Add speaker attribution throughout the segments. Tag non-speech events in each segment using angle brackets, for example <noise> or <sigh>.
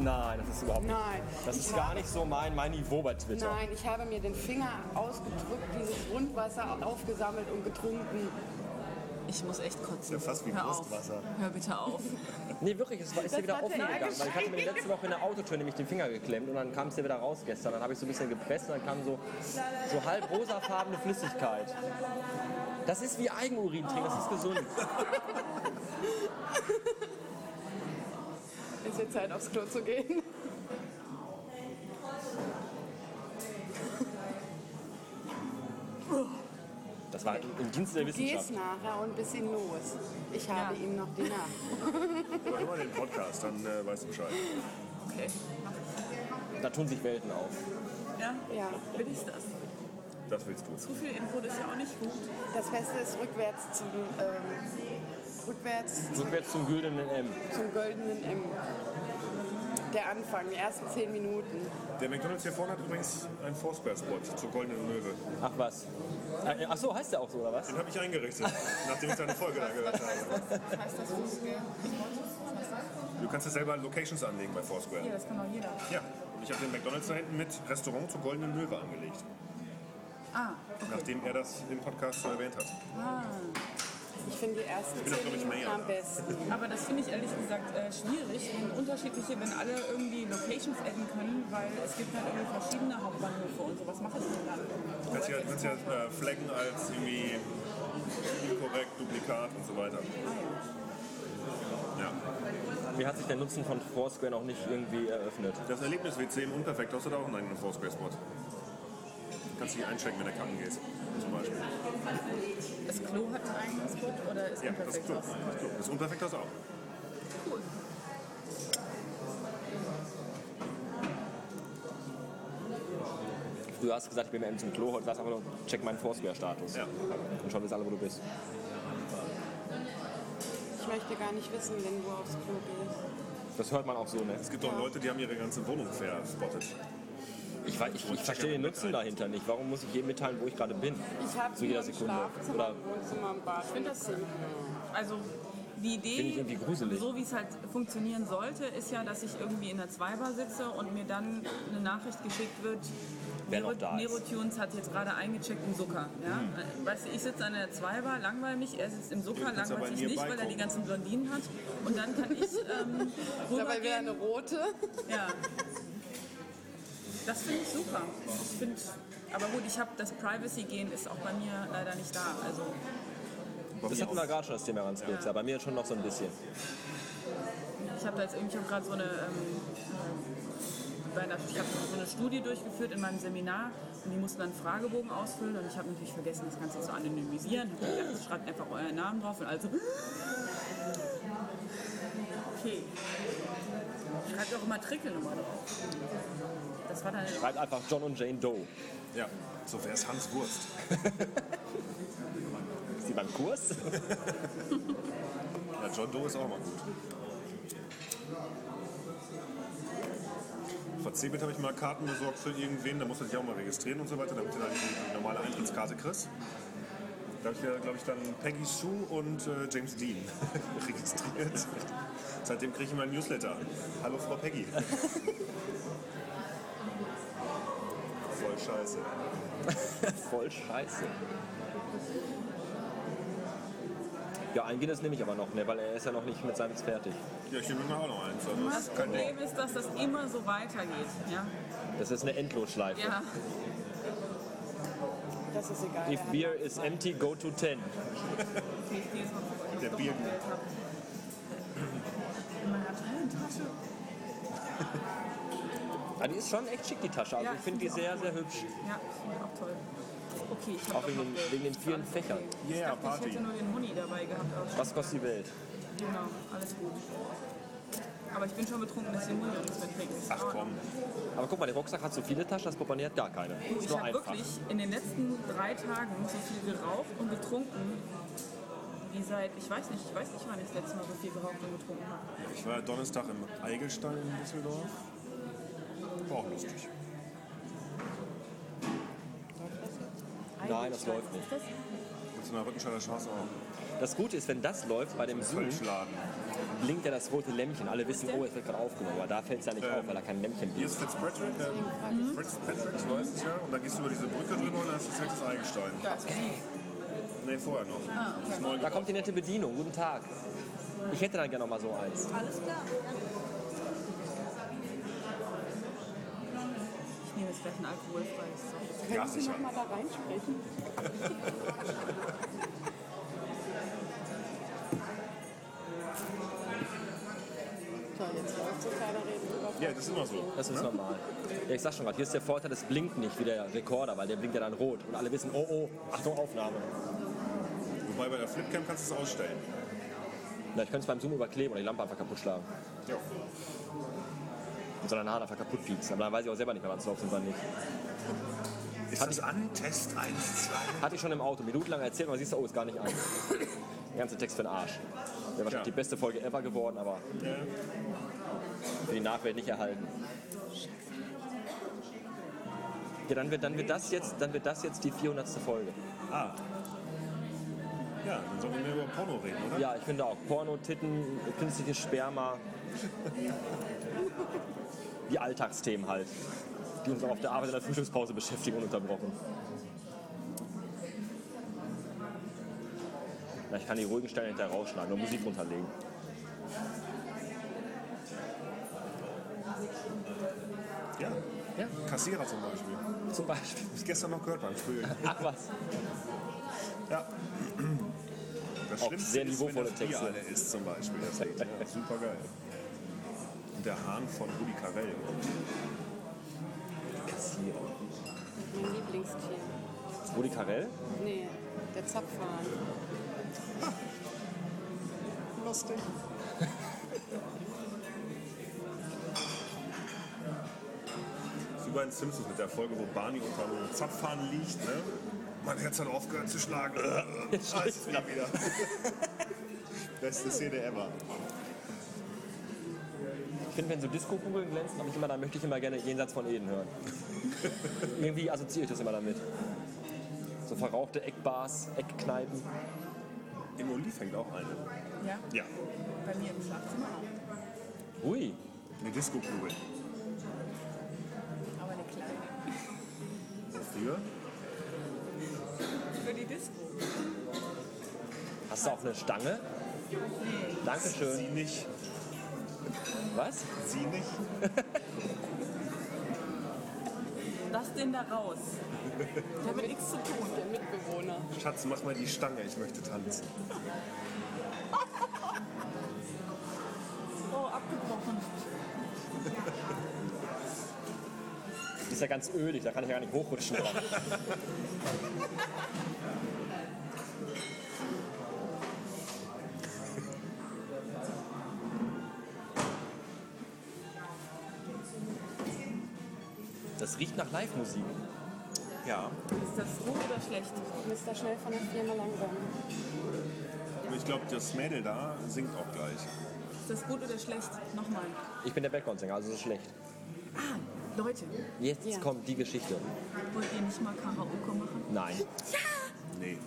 Speaker 1: Nein, das ist überhaupt nicht.
Speaker 2: Nein.
Speaker 1: Das ist
Speaker 2: Ich
Speaker 1: gar
Speaker 2: habe-
Speaker 1: nicht so mein, mein Niveau bei Twitter.
Speaker 2: Nein, ich habe mir den Finger ausgedrückt, dieses Grundwasser aufgesammelt und getrunken.
Speaker 3: Ich muss echt kotzen.
Speaker 4: Ja, fast wie
Speaker 3: Hör auf.
Speaker 4: Brustwasser.
Speaker 3: Hör bitte auf.
Speaker 1: Nee, wirklich, es war, ist dir wieder
Speaker 2: hat er
Speaker 1: offen gegangen. Weil ich hatte mir
Speaker 2: geschrieben.
Speaker 1: letzte Woche in der Autotür nämlich den Finger geklemmt und dann kam es dir wieder raus gestern. Dann habe ich so ein bisschen gepresst und dann kam so, so halb rosafarbene Flüssigkeit. Das ist wie Eigenurin trinken, das ist gesund.
Speaker 2: Ist jetzt Zeit, aufs Klo zu gehen.
Speaker 1: Das war im Dienst der
Speaker 2: Geh's
Speaker 1: Wissenschaft.
Speaker 2: nachher und ein bisschen los. Ich habe
Speaker 3: Ja.
Speaker 2: ihm noch die Nacht.
Speaker 4: Hör immer den Podcast, dann äh, weißt du Bescheid.
Speaker 3: Okay.
Speaker 1: Da tun sich Welten auf.
Speaker 5: Ja,
Speaker 2: Ja.
Speaker 5: will ich das.
Speaker 4: Das willst du.
Speaker 5: Zu viel Input ist ja auch nicht gut.
Speaker 2: Das Beste ist rückwärts zum, ähm, rückwärts
Speaker 1: Rückwärts zum güldenen M.
Speaker 2: zum goldenen M. Der Anfang, die ersten zehn Minuten.
Speaker 4: Der McDonalds hier vorne hat übrigens einen Foursquare-Spot zur Goldenen Löwe.
Speaker 1: Ach was. Ä- Ach so, heißt der auch so, oder was?
Speaker 4: Den habe ich eingerichtet, nachdem ich deine Folge da gehört habe.
Speaker 5: Was heißt das Fußgänger?
Speaker 4: Du kannst ja selber Locations anlegen bei Foursquare.
Speaker 5: Das kann doch jeder.
Speaker 4: Ja, und ich habe den McDonalds da hinten mit Restaurant zur Goldenen Löwe angelegt,
Speaker 5: Ah,
Speaker 4: nachdem er das im Podcast schon erwähnt hat.
Speaker 2: Ich finde die ersten
Speaker 4: bin doch,
Speaker 2: zehn
Speaker 4: glaub ich,
Speaker 2: Minuten
Speaker 4: Mayer.
Speaker 2: am besten.
Speaker 5: aber das finde ich ehrlich gesagt äh, schwierig, wenn unterschiedliche, wenn alle irgendwie Locations adden können, weil es gibt halt irgendwie verschiedene Hauptbahnhöfe und so. Was mache ich denn dann?
Speaker 4: Du kannst ja, kannst ja äh, flaggen als irgendwie inkorrekt, Duplikat und so weiter. Ja,
Speaker 1: Mir hat sich der Nutzen von Foursquare noch nicht irgendwie eröffnet.
Speaker 4: das Erlebnis-WC im Unperfekthaus hat auch einen eigenen Foursquare-Spot. Kannst du dich einschenken, wenn du kacken gehst, zum Beispiel.
Speaker 5: Das Klo hat einen eigenen Spot oder ist
Speaker 4: Ja, das
Speaker 5: unperfekt
Speaker 4: Klo.
Speaker 5: aus?
Speaker 4: Das, Klo. das Unperfekthaus auch.
Speaker 1: Früher hast du gesagt, ich bin mit M zum Klo, heute sagst du einfach nur, check meinen Foursquare-Status.
Speaker 4: Ja.
Speaker 1: Und schon wissen alle, wo du bist.
Speaker 2: Ich möchte gar nicht wissen, wenn du aufs Klo gehst.
Speaker 1: Das hört man auch so, ne?
Speaker 4: Es gibt auch Leute, die haben ihre ganze Wohnung verspottet.
Speaker 1: Ich, weiß, ich, ich verstehe den Nutzen dahinter nicht. Warum muss ich jedem mitteilen, wo ich gerade bin?
Speaker 2: Ich habe
Speaker 1: Zu jeder Sekunde.
Speaker 2: Schlafzimmer,
Speaker 1: Oder
Speaker 2: im Wohnzimmer, im Bad. Ich
Speaker 5: finde das Also die
Speaker 1: Finde ich
Speaker 5: Idee,
Speaker 1: irgendwie gruselig.
Speaker 5: so wie es halt funktionieren sollte, ist ja, dass ich irgendwie in der Zweibar sitze und mir dann eine Nachricht geschickt wird,
Speaker 1: Wer noch da ist. Hm.
Speaker 5: Nerotunes hat jetzt gerade eingecheckt im Zucker. Ja? Weißt du, ich sitze an der Zweibar, langweil mich, er sitzt im Zucker,
Speaker 4: Du kannst
Speaker 5: langweilt
Speaker 4: aber
Speaker 5: sich nicht,
Speaker 4: nearby
Speaker 5: weil er die
Speaker 4: gucken.
Speaker 5: ganzen Blondinen hat. Und dann kann
Speaker 2: <laughs>
Speaker 5: ich ähm,
Speaker 2: Dabei wäre
Speaker 5: rübergehen.
Speaker 2: eine rote.
Speaker 5: Ja. Das finde ich super. Ich finde, aber gut, ich habe das Privacy-Gen ist auch bei mir leider nicht da. Also
Speaker 1: das hatten wir gerade schon, das Thema Ranskills. Ja. Bei mir schon noch so ein bisschen.
Speaker 5: Ich habe da jetzt irgendwie gerade so eine, ähm, bei einer, ich hab so eine Studie durchgeführt in meinem Seminar und die mussten dann einen Fragebogen ausfüllen und ich habe natürlich vergessen, das Ganze zu anonymisieren. Hab gedacht, also schreibt einfach euren Namen drauf und also. Okay. Schreibt auch immer Trickelnummer drauf. Das war dann
Speaker 1: Schreibt einfach John und Jane Doe.
Speaker 4: Ja, so wäre es Hans Wurst.
Speaker 1: Ist die beim Kurs? <laughs>
Speaker 4: Ja, John Doe ist auch mal gut. Von Cebit habe ich mal Karten besorgt für irgendwen, da musst du dich auch mal registrieren und so weiter, damit du dann die normale Eintrittskarte kriegst. Da habe ich, ja, glaube ich, dann Peggy Sue und äh, James Dean <laughs> registriert. Seitdem kriege ich immer ein Newsletter. Hallo Frau Peggy. Voll scheiße.
Speaker 1: Voll scheiße. Ja, einen Guinness nehme ich aber noch, ne, weil er ist ja noch nicht mit seinem fertig.
Speaker 4: Ja, ich nehme mir auch noch eins. Also,
Speaker 5: das
Speaker 4: ist kein Ding.
Speaker 5: Problem ist, dass das immer so weitergeht. Ja?
Speaker 1: Das ist eine Endlosschleife.
Speaker 5: ja.
Speaker 2: Das ist egal.
Speaker 1: If beer is empty, go to 10.
Speaker 5: Okay, ich gehe jetzt mal gucken, ob ich
Speaker 4: Der
Speaker 5: doch noch
Speaker 4: Bier-
Speaker 5: Geld hab. In meiner Trennentasche.
Speaker 1: Ah, die ist schon echt schick, die Tasche. Also
Speaker 5: Ja,
Speaker 1: ich finde die
Speaker 5: ich finde
Speaker 1: sehr, sehr hübsch.
Speaker 5: Ja, finde ich auch toll. Okay, ich habe
Speaker 1: Auch wegen den, wegen den vielen Fächern.
Speaker 5: Ich
Speaker 4: Yeah,
Speaker 5: dachte, ich
Speaker 4: Party.
Speaker 5: hätte nur den Huni dabei gehabt. Aber
Speaker 1: Was kostet die Welt?
Speaker 5: Genau, alles gut. Aber ich bin schon betrunken, dass ich den Huni auch nicht mehr trinke.
Speaker 4: Ach komm.
Speaker 1: Aber guck mal, der Rucksack hat so viele Taschen, das Portemonnaie hat gar keine. Ist
Speaker 5: Ich
Speaker 1: nur
Speaker 5: habe
Speaker 1: einfach.
Speaker 5: wirklich in den letzten drei Tagen so viel geraucht und getrunken, wie seit, ich weiß nicht, ich weiß nicht, wann ich das letzte Mal so viel geraucht und getrunken habe.
Speaker 4: Ich war Donnerstag im Eigelstein in Düsseldorf. War auch lustig.
Speaker 1: Nein, das läuft nicht.
Speaker 4: Mit so einer Rüttenscheider Straße auch.
Speaker 1: Das Gute ist, wenn das läuft bei dem Zoom,
Speaker 4: Kölschladen.
Speaker 1: blinkt ja das rote Lämpchen. Alle wissen,
Speaker 3: der?
Speaker 1: oh, es wird gerade aufgenommen, aber da fällt es ja nicht auf, weil da kein Lämpchen
Speaker 4: Hier
Speaker 1: blinkt.
Speaker 4: ist Fitzpatrick, ähm, Fitzpatrick, du weißt es ja. Und dann gehst du über diese Brücke drüber und dann ist das Hexes Eigenstein. Nee, vorher noch. Das ist neu
Speaker 1: Da kommt die nette Bedienung. Guten Tag. Ich hätte dann gerne noch mal so eins.
Speaker 5: Ich nehme jetzt gleich ein alkoholfreies. So.
Speaker 4: Ja,
Speaker 2: Können Sie
Speaker 4: sicher.
Speaker 2: noch mal da reinsprechen? so, jetzt läuft so keiner reden über
Speaker 4: Ja, das ist immer so.
Speaker 1: Das ist normal. Ja, ich sag schon gerade, hier ist der Vorteil, das blinkt nicht wie der Rekorder, weil der blinkt ja dann rot. Und alle wissen, oh, oh, Achtung, Aufnahme.
Speaker 4: Wobei bei der Flipcam kannst du es ausstellen.
Speaker 1: Na, ich könnte es beim Zoom überkleben und die Lampe einfach kaputt schlagen.
Speaker 4: Ja.
Speaker 1: Sondern Haaren einfach kaputt pieksen. Aber dann weiß ich auch selber nicht mehr, wann es drauf ist und wann nicht.
Speaker 4: Ist das an? Test 1, 2.
Speaker 1: Hatte ich schon im Auto, minutenlang erzählt, man siehst, oh, ist gar nicht an. Der ganze Text für den Arsch. Wäre wahrscheinlich
Speaker 4: Ja.
Speaker 1: die beste Folge ever geworden, aber für die Nachwelt nicht erhalten. Ja, dann wird, dann wird, das, jetzt, dann wird das jetzt die 400. Folge.
Speaker 4: Ah. Ja, dann sollten wir mehr über Porno reden, oder?
Speaker 1: Ja, ich finde auch. Porno, Titten, künstliches Sperma. Die Alltagsthemen halt. Die uns auch auf der Arbeit in der Frühstückspause beschäftigen, ununterbrochen. Na, ich kann die ruhigen Stellen hinterher rausschneiden, nur Musik runterlegen.
Speaker 4: Ja. Kassierer zum Beispiel. Hab
Speaker 1: Zum Beispiel. <laughs>
Speaker 4: ich gestern noch gehört beim Frühstück.
Speaker 1: Ach was.
Speaker 4: Ja. Das
Speaker 1: Auch
Speaker 4: Schlimmste
Speaker 1: sehr
Speaker 4: ist, wenn
Speaker 1: niveauvolle
Speaker 4: das Bier
Speaker 1: Texte.
Speaker 4: alle ist zum Beispiel. Das Lied.
Speaker 1: <laughs>
Speaker 4: Ja, super geil. Und der Hahn von Rudi Carell.
Speaker 1: Kassierer.
Speaker 2: mein Lieblingstier.
Speaker 1: Rudi Carell?
Speaker 2: Nee, der Zapfhahn.
Speaker 4: Lustig. Wie bei den Simpsons mit der Folge, wo Barney unter einem Zapfhahn liegt. Ne? Mein Herz hat aufgehört
Speaker 1: <laughs>
Speaker 4: zu schlagen. Scheiße, wieder wieder. <laughs> Beste Szene ever.
Speaker 1: Ich finde, wenn so Disco-Kugeln glänzen, hab ich immer, dann möchte ich immer gerne jenseits von Eden <laughs> hören. Irgendwie assoziiere ich das immer damit. So verrauchte Eckbars, Eckkneipen.
Speaker 4: Im Oliv hängt auch eine.
Speaker 5: Ja,
Speaker 4: Ja,
Speaker 5: bei mir im Schlafzimmer auch.
Speaker 1: Ui,
Speaker 4: eine Disco-Kugel.
Speaker 5: Aber eine kleine.
Speaker 4: Wofür?
Speaker 5: Für die Disco.
Speaker 1: hast du auch eine Stange? Dankeschön.
Speaker 4: Sie nicht.
Speaker 1: Was?
Speaker 4: Sie nicht.
Speaker 5: Lass den da raus. Der hat mit nichts zu tun.
Speaker 2: Der Mitbewohner.
Speaker 4: Schatz, mach mal die Stange, ich möchte tanzen.
Speaker 5: Oh, abgebrochen.
Speaker 1: Die ist ja ganz ölig, da kann ich ja gar nicht hochrutschen. dran. Das riecht nach Live-Musik.
Speaker 4: Ja.
Speaker 5: Ist das gut oder schlecht?
Speaker 2: Mr. Schnell von der Firma langsam.
Speaker 4: Und ich glaube, das Mädel da singt auch gleich.
Speaker 5: Ist das gut oder schlecht? Nochmal.
Speaker 1: Ich bin der Background-Sänger, also ist es schlecht.
Speaker 5: Ah, Leute,
Speaker 1: Jetzt
Speaker 2: Ja.
Speaker 1: kommt die Geschichte.
Speaker 5: wollt ihr nicht mal Karaoke machen?
Speaker 1: Nein.
Speaker 4: Nee.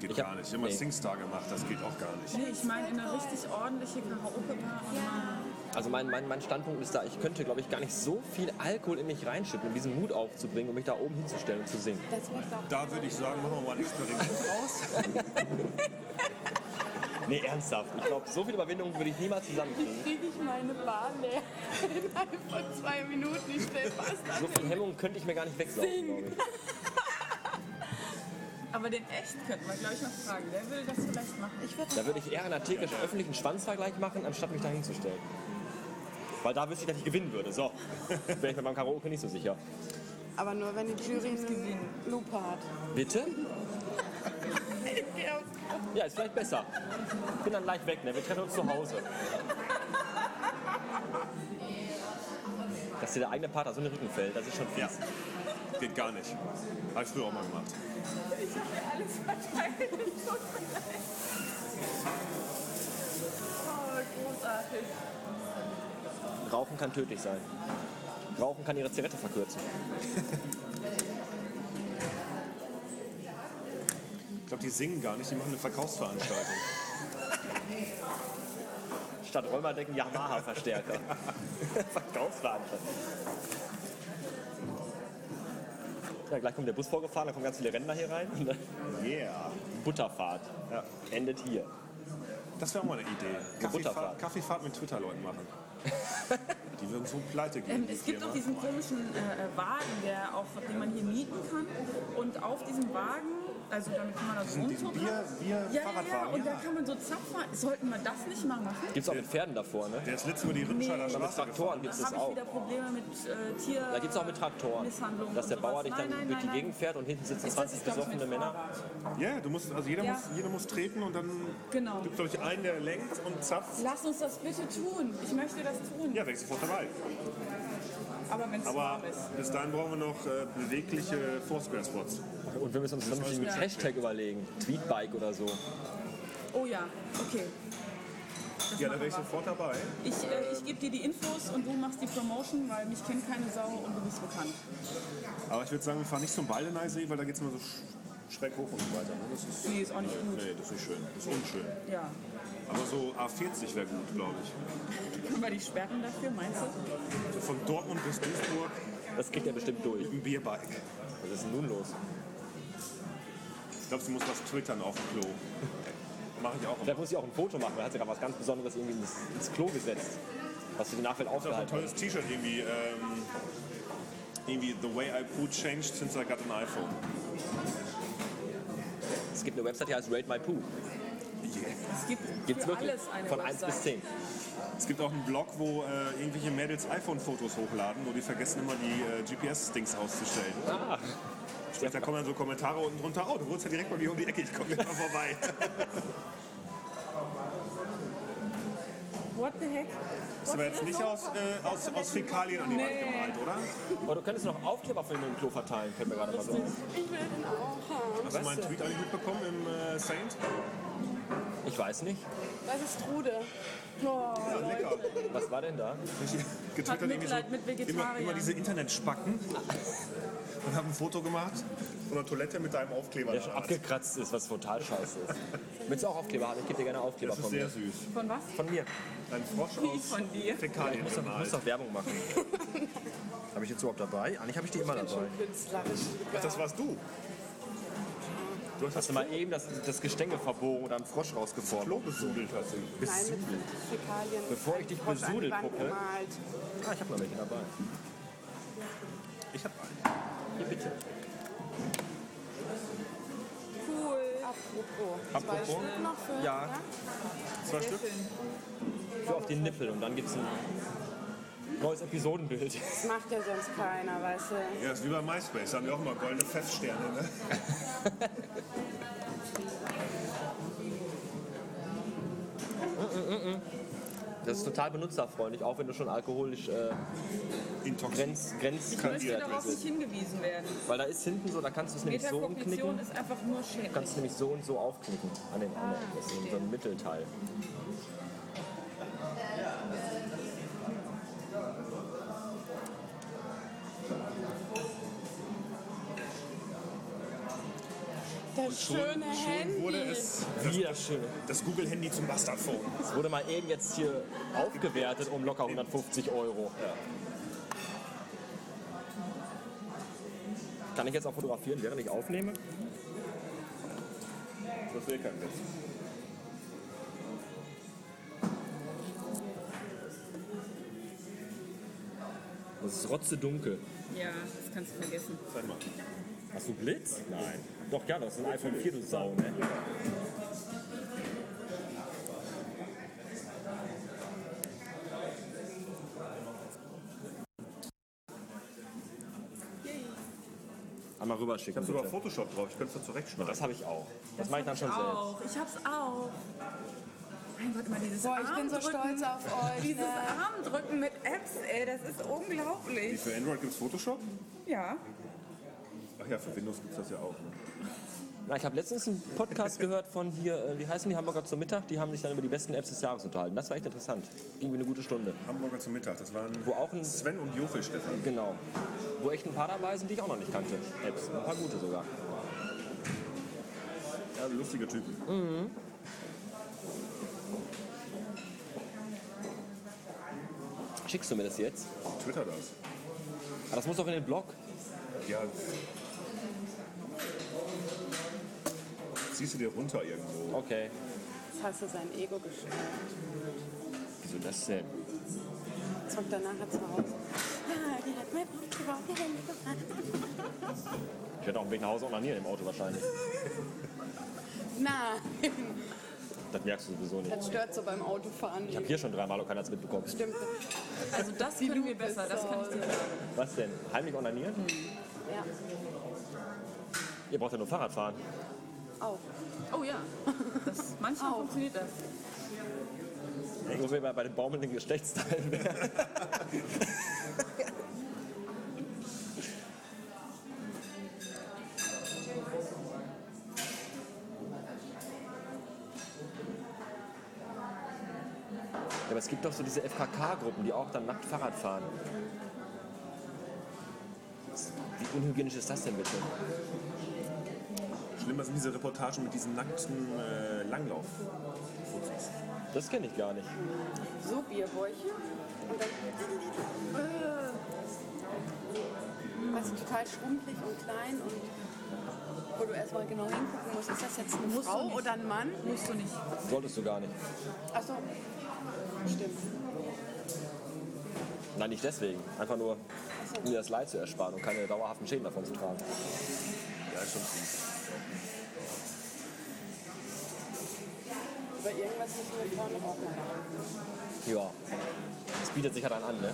Speaker 4: Geht
Speaker 1: Ich hab-
Speaker 4: gar nicht. Immer
Speaker 1: nee.
Speaker 4: Singstar gemacht, das geht auch gar nicht.
Speaker 5: Nee, ich meine eine richtig ordentliche Karaoke-Bar und mal
Speaker 1: Also mein, mein, mein Standpunkt ist da, ich könnte, glaube ich, gar nicht so viel Alkohol in mich reinschütten, um diesen Mut aufzubringen, um mich da oben hinzustellen und zu singen.
Speaker 2: Das möchte auch
Speaker 4: Da würde ich sagen, machen wir mal ein
Speaker 1: <laughs>
Speaker 4: Experiment aus.
Speaker 1: Nee, ernsthaft. Ich glaube, so viel Überwindung würde ich niemals zusammenkriegen.
Speaker 2: kriege ich meine Bar leer <laughs> innerhalb von zwei Minuten. Ich stelle fast an.
Speaker 1: So viel Hemmung könnte ich mir gar nicht wegsaugen, glaube ich.
Speaker 5: Aber den echt könnten wir, glaube ich, noch fragen. Wer würde das vielleicht machen?
Speaker 2: Ich werde
Speaker 1: Da würde ich eher an der Theke einen öffentlichen Schwanzvergleich machen, anstatt mich da hinzustellen. Weil da wüsste ich, dass ich gewinnen würde. So. Wäre ich mir beim Karaoke nicht so sicher.
Speaker 2: Aber nur wenn die Jury einen Lupe hat.
Speaker 1: Bitte? Ja, ist vielleicht besser. Ich bin dann leicht weg, ne? Wir treffen uns zu Hause. Dass dir der eigene Partner so in den Rücken fällt, das ist schon
Speaker 4: Ja.
Speaker 1: fies.
Speaker 4: Geht gar nicht. Habe ich früher auch mal gemacht.
Speaker 1: Rauchen kann tödlich sein. Rauchen kann ihre Zigarette verkürzen. <laughs>
Speaker 4: Ich glaube, die singen gar nicht, die machen eine Verkaufsveranstaltung.
Speaker 1: statt Römerdecken Yamaha-Verstärker. Verkaufsveranstaltung. Ja, gleich kommt der Bus vorgefahren, da kommen ganz viele Ränder hier rein. Und dann
Speaker 4: Yeah.
Speaker 1: Butterfahrt
Speaker 4: Ja.
Speaker 1: endet hier.
Speaker 4: Das wäre auch mal eine Idee.
Speaker 1: Butterfahrt.
Speaker 4: Kaffeefahrt, Kaffeefahrt mit
Speaker 1: <laughs>
Speaker 4: Twitter-Leuten machen. die würden so pleite gehen.
Speaker 5: Ähm,
Speaker 4: die
Speaker 5: es gibt
Speaker 4: Firma.
Speaker 5: auch diesen komischen äh, äh, Wagen, der auch, den man hier mieten kann. Und auf diesem Wagen, also damit kann man da so
Speaker 4: Diesen- diesen
Speaker 5: rumfuhren.
Speaker 4: Bier- Bier-
Speaker 5: ne? ja, ja, ja,
Speaker 4: Fahrradwagen,
Speaker 5: und da
Speaker 4: ja.
Speaker 5: kann man so zapfen. Sollten wir das nicht mal machen?
Speaker 1: Gibt's auch mit Pferden davor, ne?
Speaker 4: Der ist letztes Mal die Rimscheider
Speaker 5: Nee.
Speaker 1: Mit
Speaker 4: Straße
Speaker 1: Traktoren gibt's
Speaker 5: Da
Speaker 1: das
Speaker 5: habe ich
Speaker 1: auch.
Speaker 5: wieder Probleme mit äh, Tier.
Speaker 1: Da gibt's auch mit Traktoren.
Speaker 5: Misshandlungen
Speaker 1: Dass der
Speaker 5: und
Speaker 1: Bauer
Speaker 5: sowas.
Speaker 1: dich dann
Speaker 5: Nein, nein,
Speaker 1: durch die
Speaker 5: nein,
Speaker 1: Gegend fährt und hinten sitzen
Speaker 5: Ist
Speaker 1: 20
Speaker 5: das, glaub ich,
Speaker 1: besoffene
Speaker 5: mit
Speaker 1: Männer.
Speaker 5: Fahrrad.
Speaker 4: gefahren. Ja, du musst, also jeder,
Speaker 5: Ja.
Speaker 4: muss, jeder muss treten und dann
Speaker 5: Genau.
Speaker 4: gibt es, glaube ich, einen, der lenkt und zapft.
Speaker 5: Lass uns das bitte tun. Ich möchte das tun.
Speaker 4: Ja, wäre ich sofort dabei.
Speaker 5: Aber wenn es
Speaker 4: Aber
Speaker 5: warm ist.
Speaker 4: bis dahin brauchen wir noch äh, bewegliche Foursquare-Spots.
Speaker 1: Und wir müssen uns dann einen
Speaker 4: Ja.
Speaker 1: Hashtag überlegen. Tweetbike oder so.
Speaker 5: Oh ja, okay. Das
Speaker 4: Ja, da
Speaker 5: machen
Speaker 4: wäre ich
Speaker 5: wir.
Speaker 4: sofort dabei.
Speaker 5: Ich, äh, ich gebe dir die Infos und du machst die Promotion, weil mich kennt keine Sau und du bist bekannt.
Speaker 4: Aber ich würde sagen, wir fahren nicht zum Baldeneysee, weil da geht es immer so sch- schräg hoch und so weiter. ne? Das ist,
Speaker 5: Nee, ist auch nicht gut.
Speaker 4: Nee, das ist nicht schön. Das ist unschön.
Speaker 5: Ja.
Speaker 4: Aber so A40 wäre gut, glaube ich.
Speaker 5: Können wir die sperren dafür, meinst du?
Speaker 4: Also Von Dortmund bis Duisburg
Speaker 1: Das kriegt er bestimmt durch.
Speaker 4: ein Bierbike.
Speaker 1: Was ist denn nun los?
Speaker 4: Ich glaube, sie muss was twittern auf dem Klo. Mache ich auch immer.
Speaker 1: Vielleicht muss ich auch ein Foto machen. Da hat sie gerade was ganz Besonderes irgendwie ins, ins Klo gesetzt. Was für die Nachwelt
Speaker 4: Ich habe ein
Speaker 1: aufgehalten hat.
Speaker 4: tolles T-Shirt irgendwie. Ähm, irgendwie The Way I Poo Changed Since I Got an iPhone.
Speaker 1: Es gibt eine Website, die heißt Rate My Poo.
Speaker 5: Es gibt
Speaker 1: Gibt's
Speaker 5: für
Speaker 1: wirklich?
Speaker 5: alles eine
Speaker 1: Von 1 bis
Speaker 5: Website.
Speaker 1: 10.
Speaker 4: Es gibt auch einen Blog, wo äh, irgendwelche Mädels iPhone-Fotos hochladen, wo die vergessen immer die äh, GPS-Dings auszustellen.
Speaker 1: Ah,
Speaker 4: Sprich, da kommen dann so Kommentare unten drunter. Oh, du wohnst ja direkt bei mir um die Ecke, ich komme gleich mal vorbei.
Speaker 5: What the heck?
Speaker 4: Das war jetzt nicht aus, äh, aus, aus Fäkalien an die Wand gemalt, oder?
Speaker 1: aber du könntest noch Aufkleber von dem Klo verteilen, können wir gerade mal so.
Speaker 2: Ich will den auch haben.
Speaker 4: Hast du meinen Tweet eigentlich mitbekommen im äh, Saint?
Speaker 1: Ich weiß nicht.
Speaker 2: Das ist <laughs> Trude. Oh,
Speaker 4: Ja, lecker.
Speaker 1: Was war denn da?
Speaker 4: Getwittert irgendwie so
Speaker 5: Mitleid mit
Speaker 4: immer,
Speaker 5: Vegetariern.
Speaker 4: immer diese Internetspacken und haben ein Foto gemacht von der Toilette mit deinem Aufkleber.
Speaker 1: Der schon abgekratzt ist, was total scheiße ist. Willst du auch Aufkleber haben? Ich gebe dir gerne Aufkleber
Speaker 4: Das ist
Speaker 1: von
Speaker 4: sehr
Speaker 1: mir.
Speaker 4: süß.
Speaker 5: Von was?
Speaker 1: Von mir.
Speaker 4: Ein Frosch aus
Speaker 5: Von dir.
Speaker 4: Fäkalien
Speaker 1: Ich muss
Speaker 4: gemalt.
Speaker 1: doch Werbung machen. habe ich jetzt überhaupt dabei? Eigentlich habe ich die immer dabei.
Speaker 2: künstlerisch.
Speaker 4: Ach, das warst du. Du hast das
Speaker 1: Hast du mal eben das, das Gestänge verbogen und einen Frosch rausgeformt?
Speaker 4: Klo besudelt, hast du.
Speaker 2: Nein, mit Fäkalien.
Speaker 1: Bevor ich dich
Speaker 2: Frosch an die
Speaker 1: besudel
Speaker 2: Wand
Speaker 1: gucke.
Speaker 2: gemalt.
Speaker 1: Ah, ich habe noch welche dabei.
Speaker 4: Ich hab einen.
Speaker 1: Hier bitte.
Speaker 2: Cool. Apropos. Zwei
Speaker 1: Apropos?
Speaker 2: Stunden noch für.
Speaker 1: Ja.
Speaker 4: Zwei Stück?
Speaker 1: Für auf den Nippel und dann gibt es ein neues Episodenbild.
Speaker 2: Das macht ja sonst keiner, weißt du.
Speaker 4: Ja, das ist wie bei MySpace. Da haben wir auch immer goldene Feststerne, ne?
Speaker 1: Das ist total benutzerfreundlich, auch wenn du schon alkoholisch äh,
Speaker 4: Intoxiziert.
Speaker 1: grenz, grenz,
Speaker 5: Ich möchte darauf
Speaker 1: bist.
Speaker 5: nicht hingewiesen werden.
Speaker 1: Weil da ist hinten so, da kannst du es nämlich so
Speaker 5: Metakognition
Speaker 1: umknicken.
Speaker 5: ist Ah, einfach nur
Speaker 1: Du
Speaker 5: schädlich.
Speaker 1: kannst es nämlich so und so aufknicken an den anderen. Das ist so ein Mittelteil.
Speaker 2: Das schöne
Speaker 4: Schon wurde
Speaker 2: Handy.
Speaker 4: es
Speaker 1: Wieder schön.
Speaker 4: das Google-Handy zum Bastardphone.
Speaker 1: Das wurde mal eben jetzt hier aufgewertet um locker 150 Euro. Kann ich jetzt auch fotografieren, während ich aufnehme?
Speaker 4: Das will kein Witz.
Speaker 1: Das ist rotzedunkel.
Speaker 5: Ja, das kannst du vergessen.
Speaker 4: Zeig mal.
Speaker 1: Hast du Blitz? Nein. Doch, ja, das ist ein iPhone 4, du Sau, ne? Einmal
Speaker 4: Ich habe
Speaker 1: rüberschicken,
Speaker 4: sogar
Speaker 1: bitte.
Speaker 4: Photoshop drauf. Ich könnte es zurechtschneiden.
Speaker 1: Das habe ich auch. Das mache ich dann schon selbst.
Speaker 5: auch. Ich hab's auch. Mein Gott, immer dieses
Speaker 2: Boah, ich bin so
Speaker 5: Armdrücken.
Speaker 2: stolz auf euch.
Speaker 5: Dieses
Speaker 2: Ne?
Speaker 5: Armdrücken mit Apps, ey, das ist unglaublich.
Speaker 4: Für Android gibt es Photoshop?
Speaker 5: Ja.
Speaker 4: Ach ja, für Windows gibt es das ja auch. Ne?
Speaker 1: Na, ich habe letztens einen Podcast gehört von hier, äh, wie heißen die Hamburger zum Mittag? Die haben sich dann über die besten Apps des Jahres unterhalten. Das war echt interessant. Ging mir eine gute Stunde.
Speaker 4: Hamburger zum Mittag. Das waren
Speaker 1: Wo auch ein,
Speaker 4: Sven und Jofe, Stefan.
Speaker 1: genau, wo echt ein paar dabei sind, die ich auch noch nicht kannte. Apps, ein paar gute sogar.
Speaker 4: Ja, lustige Typen.
Speaker 1: Schickst du mir das jetzt?
Speaker 4: Twitter das.
Speaker 1: Aber das muss doch in den Blog.
Speaker 4: Ja. Siehst du dir runter irgendwo?
Speaker 1: Okay.
Speaker 2: Jetzt hast du sein Ego gestärkt.
Speaker 1: Wieso das denn?
Speaker 2: Zurück danach zu Hause. Ja, die hat mein Buch gebraucht, die Hände gebracht.
Speaker 1: Ich werde auf dem Weg nach Hause onanieren im Auto wahrscheinlich.
Speaker 2: Nein, <laughs>
Speaker 1: Das merkst du sowieso nicht.
Speaker 2: das stört so beim Autofahren.
Speaker 1: Ich habe hier schon dreimal und keiner hat's mitbekommen.
Speaker 2: Stimmt.
Speaker 5: Also das
Speaker 2: Die
Speaker 5: können wir
Speaker 2: Lupe ist
Speaker 5: besser, das
Speaker 2: zu
Speaker 5: kann ich dir sagen.
Speaker 1: Was denn? Heimlich onanieren?
Speaker 2: Ja,
Speaker 1: Ihr braucht ja nur Fahrrad fahren.
Speaker 2: auch.
Speaker 5: Oh ja, das, <laughs> manchmal
Speaker 2: Auch.
Speaker 5: funktioniert das.
Speaker 1: Wo wir bei, bei den baumelnden Geschlechtsteilen wären. Ja, aber es gibt doch so diese FKK-Gruppen, die auch dann nackt Fahrrad fahren. Wie unhygienisch ist das denn bitte?
Speaker 4: Schlimmer sind diese Reportagen mit diesen nackten äh, Langlauf.
Speaker 1: Das kenne ich gar nicht.
Speaker 2: So Bierbäuche. Und dann. Äh. Weißt du, total schrumpelig und klein und wo du erstmal genau hingucken musst, ist das jetzt eine
Speaker 5: Musst du
Speaker 2: Frau
Speaker 5: nicht.
Speaker 2: oder ein Mann?
Speaker 5: Musst du nicht.
Speaker 1: Solltest du gar nicht.
Speaker 2: Achso, stimmt.
Speaker 1: Nein, nicht deswegen. Einfach nur, um dir das Leid zu ersparen und keine dauerhaften Schäden davon zu tragen.
Speaker 4: Ja, ist schon fies.
Speaker 2: Über irgendwas müssen wir vorne auch mal machen.
Speaker 1: Ja. Es bietet sich halt einen an, ne?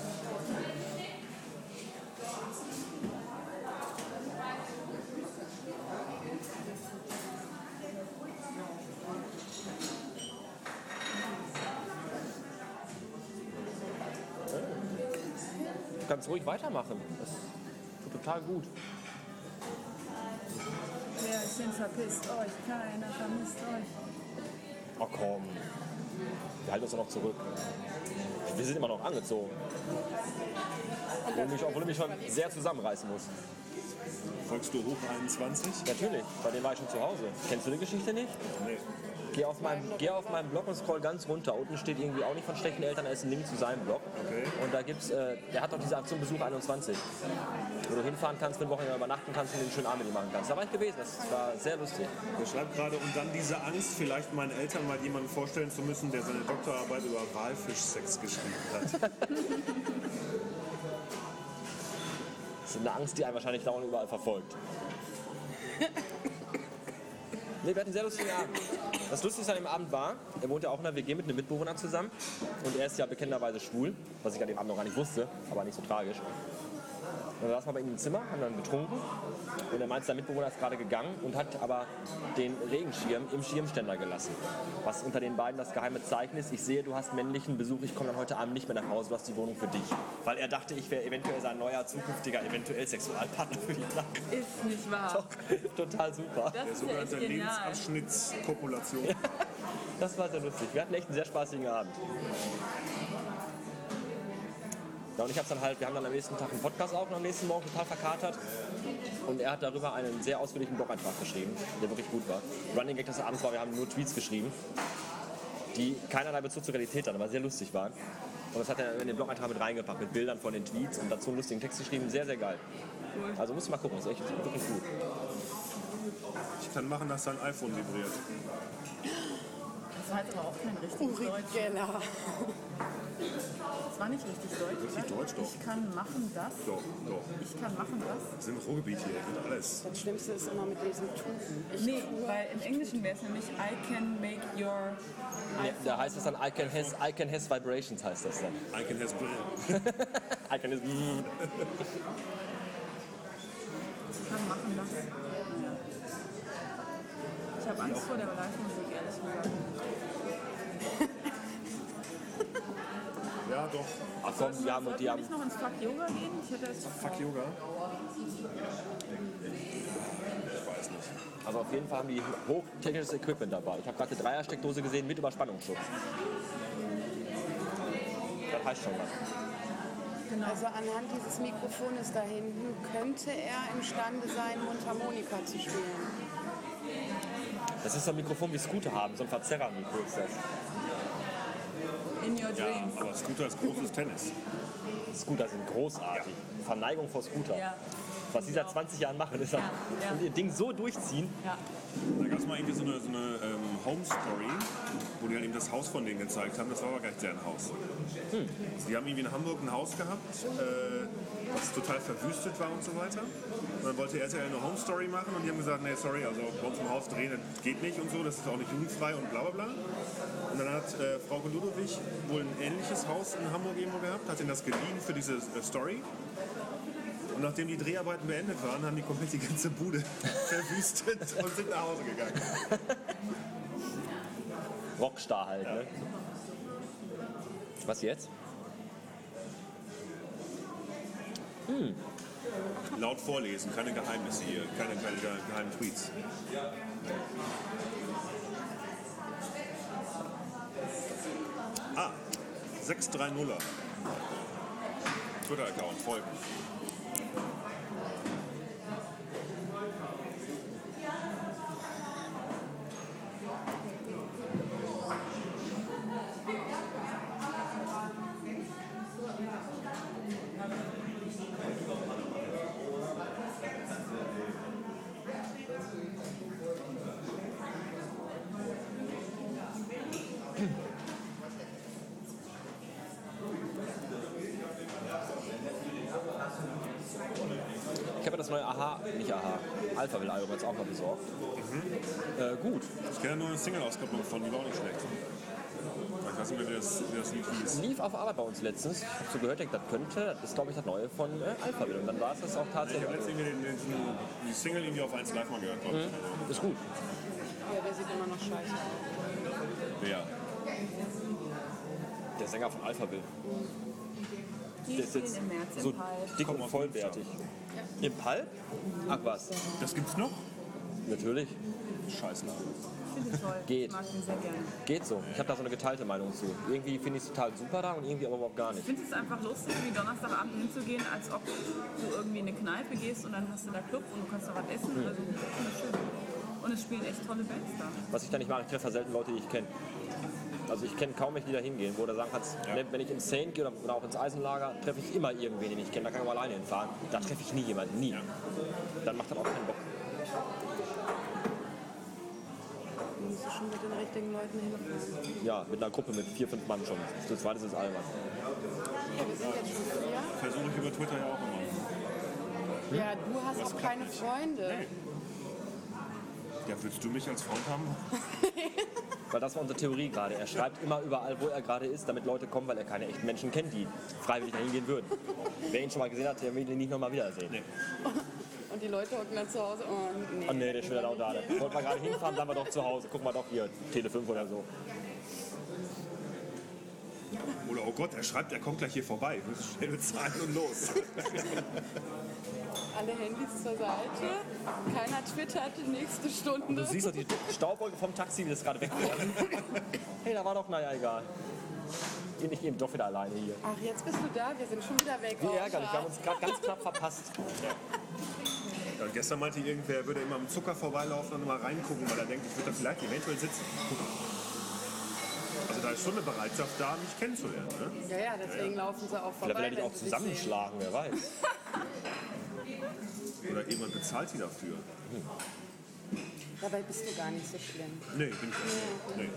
Speaker 1: Du kannst ruhig weitermachen. Das tut total gut.
Speaker 5: Wer ist denn verpisst euch? Keiner vermisst euch.
Speaker 1: Oh komm. Wir halten uns doch noch zurück. Wir sind immer noch angezogen. Obwohl ich, obwohl ich schon sehr zusammenreißen muss.
Speaker 4: Folgst du hoch 21?
Speaker 1: Natürlich, bei dem war ich schon zu Hause. Kennst du die Geschichte nicht?
Speaker 4: Oh, Nee.
Speaker 1: Geh auf, meinem, geh auf meinem Blog und scroll ganz runter. Unten steht irgendwie auch nicht von schlechten Eltern, da ist ein Link zu seinem Blog.
Speaker 4: Okay.
Speaker 1: Und da gibt's, äh, der hat doch diese Aktion Besuch 21. Wo du hinfahren kannst, für ein Wochenende übernachten kannst und den schönen Abend mit ihm machen kannst. Da war ich gewesen, das war sehr lustig.
Speaker 4: Er schreibt gerade, und dann diese Angst, vielleicht meinen Eltern mal jemanden vorstellen zu müssen, der seine Doktorarbeit über Walfischsex geschrieben hat.
Speaker 1: Das ist eine Angst, die einen wahrscheinlich dauernd überall verfolgt. Nee, wir hatten einen sehr lustigen Abend. Das Lustigste an dem Abend war, er wohnt ja auch in einer WG mit einem Mitbewohner zusammen. Und er ist ja bekennenderweise schwul, was ich an dem Abend noch gar nicht wusste, aber nicht so tragisch. Und dann saßen wir bei ihm im Zimmer, haben dann getrunken. Und er meinte, sein Mitbewohner ist gerade gegangen und hat aber den Regenschirm im Schirmständer gelassen. Was unter den beiden das geheime Zeichen ist, ich sehe, du hast männlichen Besuch, ich komme dann heute Abend nicht mehr nach Hause, du hast die Wohnung für dich. Weil er dachte, ich wäre eventuell sein neuer, zukünftiger, eventuell Sexualpartner für die Nacht.
Speaker 5: Ist nicht wahr.
Speaker 1: Total super.
Speaker 5: Das ist ja
Speaker 4: Sogar
Speaker 5: echt
Speaker 4: unter
Speaker 5: genial.
Speaker 4: Lebensabschnittspopulation.
Speaker 1: Das war sehr lustig. Wir hatten echt einen sehr spaßigen Abend. Ja, und ich hab's dann halt, wir haben dann am nächsten Tag einen Podcast auch am nächsten Morgen total verkatert. Und er hat darüber einen sehr ausführlichen Blog-Eintrag geschrieben, der wirklich gut war. Running Gag des Abends war, wir haben nur Tweets geschrieben, die keinerlei Bezug zur Realität hatten, aber sehr lustig waren. Und das hat er in den Blog-Eintrag mit reingepackt, mit Bildern von den Tweets und dazu einen lustigen Text geschrieben. Sehr, sehr geil. Also musst du mal gucken, ist echt wirklich gut.
Speaker 4: Ich kann machen, dass sein iPhone vibriert.
Speaker 5: Das war jetzt aber auch kein richtiges
Speaker 2: Uri
Speaker 5: Deutsch.
Speaker 2: Geller.
Speaker 5: Das war nicht richtig Deutsch.
Speaker 4: Richtig
Speaker 5: oder?
Speaker 4: Deutsch doch.
Speaker 5: Ich kann machen das.
Speaker 4: Doch, doch.
Speaker 5: Ich kann machen das.
Speaker 4: Wir sind im Ruhrgebiet hier, wir sind alles.
Speaker 2: Das Schlimmste ist immer mit diesem Tuben. Ich
Speaker 5: Nee,
Speaker 2: tue-
Speaker 5: weil im Englischen wäre es nämlich I can make your
Speaker 1: Ja, da heißt es dann, I can has, I can has vibrations heißt das dann.
Speaker 4: I can has
Speaker 1: I can has
Speaker 5: Ich kann machen das. Ich habe Angst vor der Live-Musik, ehrlich gesagt.
Speaker 4: Ja, doch.
Speaker 1: Ach komm, wir haben,
Speaker 5: Sollten
Speaker 1: die
Speaker 5: wir
Speaker 1: haben
Speaker 5: nicht noch ins Fuck Yoga gehen? Ich hätte es
Speaker 4: Fuck Yoga. Ich weiß nicht.
Speaker 1: Also auf jeden Fall haben die hochtechnisches Equipment dabei. Ich habe gerade eine Dreiersteckdose gesehen mit Überspannungsschutz. Das heißt schon was.
Speaker 2: Also anhand dieses Mikrofones da hinten könnte er imstande sein, Mundharmonika zu spielen.
Speaker 1: Das ist so ein Mikrofon wie Scooter haben, so ein Verzerrermikro ist das.
Speaker 5: In your
Speaker 4: Ja,
Speaker 5: dreams.
Speaker 4: aber Scooter ist großes Tennis.
Speaker 1: Scooter sind großartig. Verneigung vor Scooter.
Speaker 3: Ja. Genau.
Speaker 1: Was die seit 20 Jahren machen, ist ja.
Speaker 3: ja.
Speaker 1: ihr Ding so durchziehen.
Speaker 3: Ja.
Speaker 4: Da gab es mal irgendwie so eine, so eine ähm, Home-Story, wo die halt eben das Haus von denen gezeigt haben. Das war aber gar nicht deren Haus. Also die haben irgendwie in Hamburg ein Haus gehabt, äh, was total verwüstet war und so weiter. Und dann wollte er ja eine Home-Story machen und die haben gesagt, nee, sorry, also bei uns im Haus drehen, das geht nicht und so, das ist auch nicht jugendfrei und bla bla bla. Und dann hat äh, Frau Ludowig wohl ein ähnliches Haus in Hamburg irgendwo gehabt, hat ihnen das geliehen für diese äh, Story. Und nachdem die Dreharbeiten beendet waren, haben die komplett die ganze Bude <laughs> verwüstet und sind nach Hause gegangen.
Speaker 1: Rockstar halt, ne? Was jetzt?
Speaker 4: Laut vorlesen, keine Geheimnisse hier, keine, keine ge- geheimen Tweets. Ah, 630er. Twitter-Account, folgen.
Speaker 1: Ich habe ja das neue Aha, nicht Aha, Alphaville-Album jetzt auch mal besorgt.
Speaker 3: Mhm.
Speaker 1: Äh, gut.
Speaker 4: Ich kenne nur eine Single-Auskopplung von, die war auch nicht schlecht. Ich weiß nicht mehr, wie das, wie das Lied hieß.
Speaker 1: Lief auf Arbeit bei uns letztens. Ich habe so gehört, denk, das könnte, das ist glaube ich das neue von äh, Alphaville. Und dann war es das auch
Speaker 4: Ich
Speaker 1: tatsächlich.
Speaker 4: habe letztens irgendwie den, den, die Single irgendwie auf 1 Live mal gehört, glaube ich.
Speaker 1: Ist gut.
Speaker 2: Ja, der sieht immer noch scheiße aus.
Speaker 4: Ja.
Speaker 1: Der Sänger von Alphaville.
Speaker 5: Die
Speaker 1: Der ist
Speaker 5: spielen
Speaker 1: jetzt
Speaker 5: im März
Speaker 1: so
Speaker 5: im Palp.
Speaker 1: dick
Speaker 4: Komm
Speaker 1: und
Speaker 4: auf
Speaker 1: vollwertig. Im Palp? Ach was.
Speaker 4: Das gibt's noch?
Speaker 1: Natürlich.
Speaker 4: Scheiße.
Speaker 5: Finde ich toll.
Speaker 1: Geht.
Speaker 5: Ich mag den sehr gerne.
Speaker 1: Geht so. Ich habe da so eine geteilte Meinung zu. Irgendwie finde ich es total super da und irgendwie aber überhaupt gar
Speaker 5: Ich
Speaker 1: nicht.
Speaker 5: finde es einfach lustig, wie Donnerstagabend hinzugehen, als ob du irgendwie in eine Kneipe gehst und dann hast du da Club und du kannst da was essen.
Speaker 1: Mhm.
Speaker 5: Also, wunderschön. Und es spielen echt tolle Bands da.
Speaker 1: Was ich da nicht mache, ich treffe selten Leute, die ich kenne. Also ich kenne kaum welche, die da hingehen, wo da sagen kannst, ne, wenn ich ins Saint gehe oder, oder auch ins Eisenlager, treffe ich immer irgendwen, den ich kenne. Da kann ich aber alleine hinfahren. Da treffe ich nie jemanden, nie. Dann macht das auch keinen Bock.
Speaker 2: Du musst schon mit den richtigen Leuten hinfahren.
Speaker 1: Ja, mit einer Gruppe mit vier, fünf Mann schon. Zu zweit ist es albern.
Speaker 2: Ja, wir sind jetzt schon vier.
Speaker 4: Versuche ich über Twitter ja auch immer.
Speaker 2: Ja, du hast
Speaker 4: Das
Speaker 2: auch
Speaker 4: klappt
Speaker 2: keine
Speaker 4: nicht.
Speaker 2: Freunde.
Speaker 4: Ja, willst du mich als Freund haben?
Speaker 1: Weil das war unsere Theorie gerade. Er schreibt immer überall, wo er gerade ist, damit Leute kommen, weil er keine echten Menschen kennt, die freiwillig dahin gehen würden. Wer ihn schon mal gesehen hat, der will ihn nicht nochmal wiedersehen.
Speaker 2: Und die Leute hocken dann zu Hause. Oh, nee.
Speaker 1: Ah nee, der ist schon wieder da. da. Wollte mal gerade hinfahren, bleiben wir doch zu Hause. Guck mal doch hier, Tele 5 oder so.
Speaker 4: Oder oh Gott, er schreibt, er kommt gleich hier vorbei. Wir müssen Schnell bezahlen und los.
Speaker 2: Alle Handys zur Seite. Keiner twittert die nächste
Speaker 1: Du
Speaker 2: Stunde.
Speaker 1: siehst doch die Staubwolke vom Taxi, wie das gerade wegfährt. <laughs> Hey, da war doch, naja, egal. Bin ich eben doch wieder alleine hier.
Speaker 2: Ach, jetzt bist du da. Wir sind schon wieder weg.
Speaker 1: Wie
Speaker 2: Oh,
Speaker 1: ärgerlich, wir
Speaker 2: schade.
Speaker 1: haben uns gerade ganz knapp verpasst.
Speaker 4: Ja, gestern meinte irgendwer, er würde immer am Zucker vorbeilaufen und mal reingucken, weil er denkt, ich würde da vielleicht eventuell sitzen. Also da ist schon eine Bereitschaft da, mich kennenzulernen. Ne?
Speaker 2: Ja, ja, deswegen laufen sie auch vorbei.
Speaker 1: Vielleicht will er dich
Speaker 2: wenn sie
Speaker 1: auch
Speaker 2: dich sehen.
Speaker 1: zusammenschlagen, wer weiß.
Speaker 4: Oder jemand bezahlt die dafür.
Speaker 2: Dabei bist du gar nicht so schlimm.
Speaker 4: Nee, bin ich nicht. Nee.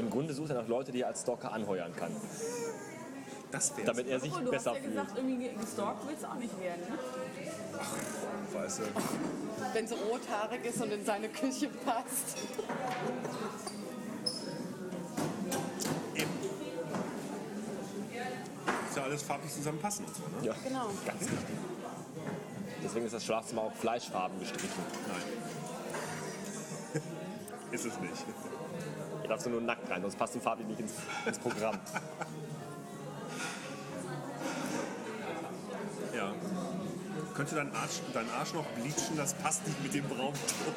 Speaker 1: Im Grunde sucht er nach Leute, die er als Stalker anheuern kann.
Speaker 4: Das wäre
Speaker 1: Damit er sich
Speaker 5: Obwohl, Oh, du
Speaker 1: besser
Speaker 5: hast ja
Speaker 1: fühlt.
Speaker 5: gesagt, irgendwie gestalkt willst du auch nicht werden. Ne?
Speaker 4: weißt du.
Speaker 2: Wenn sie rothaarig ist und in seine Küche passt.
Speaker 4: Muss ja alles farblich zusammenpassen und so, ne?
Speaker 1: Ja,
Speaker 2: Genau.
Speaker 1: ganz richtig. Deswegen ist das Schlafzimmer auch fleischfarben gestrichen.
Speaker 4: Nein. <laughs> ist es nicht.
Speaker 1: Hier darfst du nur nackt rein, sonst passt du farblich nicht ins, ins Programm.
Speaker 4: Ja. Könnte dein Arsch, dein Arsch noch bleachen, das passt nicht mit dem braunen Ton.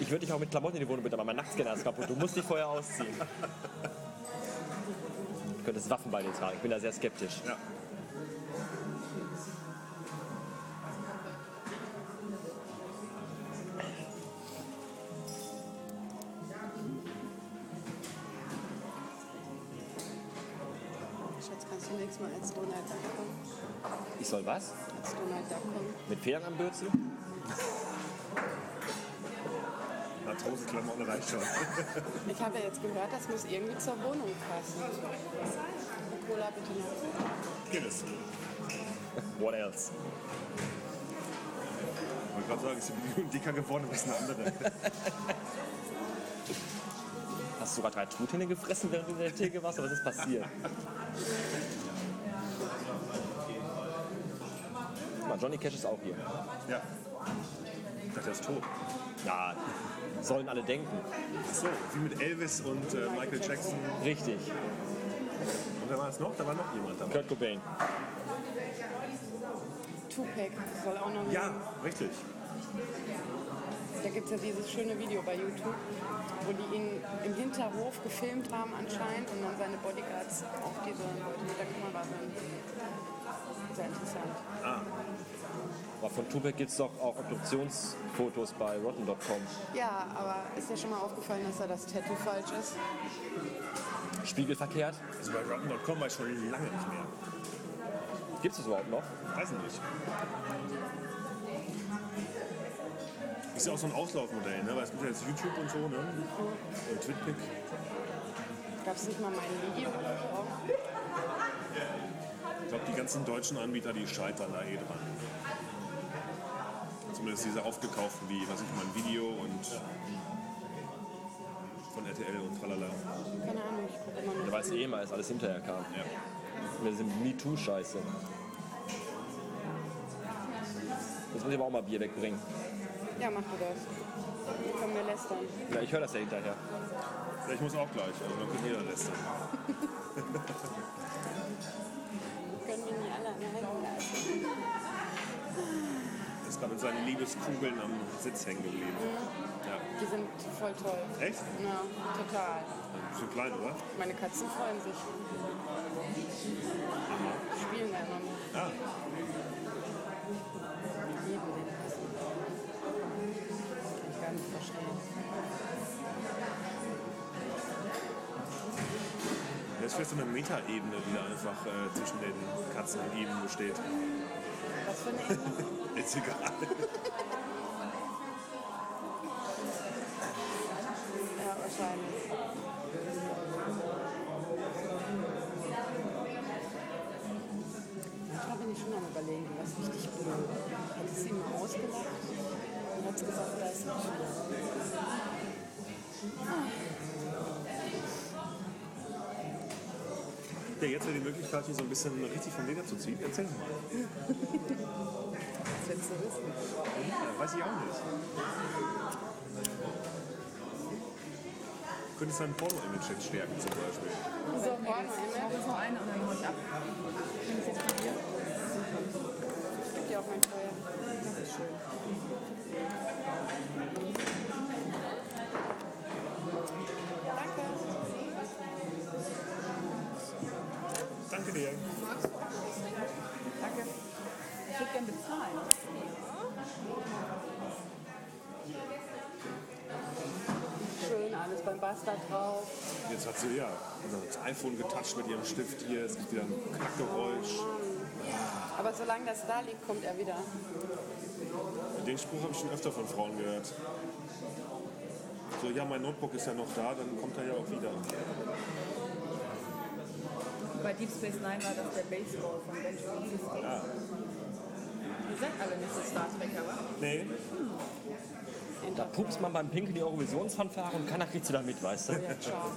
Speaker 1: Ich würde dich auch mit Klamotten in die Wohnung bitten, aber mein Nacktscanner ist kaputt. Du musst dich vorher ausziehen. Du könntest Waffen bei dir tragen. Ich bin da sehr skeptisch.
Speaker 4: Ja.
Speaker 2: nächstes Mal als Donald Duck kommen.
Speaker 1: Ich soll was?
Speaker 2: Als Donald Duck kommen.
Speaker 1: Mit Federn am Bürzel?
Speaker 4: Matrosenklamotten reicht schon. <laughs>
Speaker 2: Ich habe ja jetzt gehört, das muss irgendwie zur Wohnung passen. Cola bitte noch.
Speaker 4: Geht es.
Speaker 1: What else?
Speaker 4: Ich wollte gerade sagen, es ist ein dicker geworden, das ist eine andere.
Speaker 1: Hast du gerade drei Truthähne gefressen, während du in der Theke warst? Was ist passiert? Guck mal, Johnny Cash ist auch hier.
Speaker 4: Ja. Ich dachte, er ist tot.
Speaker 1: Na, sollen alle denken.
Speaker 4: Ach so, wie mit Elvis und äh, Michael Jackson.
Speaker 1: Richtig.
Speaker 4: Und wer war es noch? Da war noch jemand dabei.
Speaker 1: Kurt Cobain.
Speaker 2: Tupac soll auch noch.
Speaker 4: Ja, richtig.
Speaker 2: Da gibt es ja dieses schöne Video bei YouTube, wo die ihn im Hinterhof gefilmt haben anscheinend und dann seine Bodyguards auf diese Leute mit der Kamera sind. Sehr interessant.
Speaker 1: Aber von Tupac gibt es doch auch Obduktionsfotos bei rotten.com.
Speaker 2: Ja, aber ist dir schon mal aufgefallen, dass da das Tattoo falsch ist?
Speaker 1: Spiegelverkehrt.
Speaker 4: Also bei Rotten.com war ich schon lange nicht mehr.
Speaker 1: Gibt es das überhaupt noch?
Speaker 4: Weiß nicht. Ist ja auch so ein Auslaufmodell, ne? Weil es gibt ja jetzt YouTube und so, ne? Und Twitpic.
Speaker 2: Gab es nicht mal mein Video? Oh,
Speaker 4: Ich glaube, die ganzen deutschen Anbieter, die scheitern da eh dran. Zumindest diese aufgekauften wie, was ich mein Video und von RTL und tralala.
Speaker 2: Keine Ahnung, ich gucke immer
Speaker 1: Da
Speaker 2: nur.
Speaker 1: weiß ich eh mal, als alles hinterher kam.
Speaker 4: Ja.
Speaker 1: Wir sind MeToo-Scheiße. Jetzt muss ich aber auch mal Bier wegbringen.
Speaker 2: Ja, mach du das. Dann können wir lästern.
Speaker 1: Ja, ich höre das ja hinterher.
Speaker 4: Ja, Ich muss auch gleich, also dann können jeder lästern.
Speaker 2: Können wir nie alle ne? anhalten lassen.
Speaker 4: Ist gerade mit seinen Liebeskugeln am Sitz hängen geblieben. Ja.
Speaker 2: Die sind voll toll.
Speaker 4: Echt?
Speaker 2: Ja, total.
Speaker 4: So klein, oder?
Speaker 2: Meine Katzen freuen sich. Spielen einfach mal.
Speaker 4: Ah,
Speaker 2: Lieben den Katzen. Kann ich gar nicht verstehen.
Speaker 4: jetzt vielleicht so eine Metaebene, die da einfach äh, zwischen den Katzen und ihm besteht.
Speaker 2: Was für eine Ebene?
Speaker 4: Ist egal.
Speaker 2: Ja, wahrscheinlich. Da bin ich schon am überlegen, was richtig blöd. Hat es sie mal ausgelacht und hat sie gesagt, da ist nicht schlimm.
Speaker 4: Ja, jetzt wäre die Möglichkeit, hier so ein bisschen richtig vom Leder zu ziehen. Erzähl doch mal.
Speaker 2: Das willst du wissen.
Speaker 4: Ja, weiß ich auch nicht. Könntest dein Porno-Image jetzt stärken zum Beispiel?
Speaker 2: So, ne? Porno-Image.
Speaker 5: Jetzt noch eine und dann hau ich ab.
Speaker 2: Ich geh auf mein Feuer. Das ist schön. Danke.
Speaker 4: Danke dir.
Speaker 5: Danke. Ich würde gerne bezahlen.
Speaker 2: Schön, alles beim Bastard drauf.
Speaker 4: Jetzt hat sie ja also das iPhone getatscht mit ihrem Stift hier. Es gibt wieder ein Knackgeräusch.
Speaker 2: Aber solange das da liegt, kommt er wieder.
Speaker 4: Den Spruch habe ich schon öfter von Frauen gehört. So, ja, mein Notebook ist ja noch da, dann kommt er ja auch wieder.
Speaker 5: Bei Deep Space Nine war das der Baseball von Benjamin Fiske.
Speaker 2: Ah.
Speaker 4: Ja.
Speaker 5: Ihr seid alle nicht so Star Trek, aber
Speaker 4: Nee,
Speaker 1: Da pupst man beim Pinkel die Eurovisionsfanfare und keiner kriegt sie da mit, weißt du?
Speaker 2: Ja, ciao.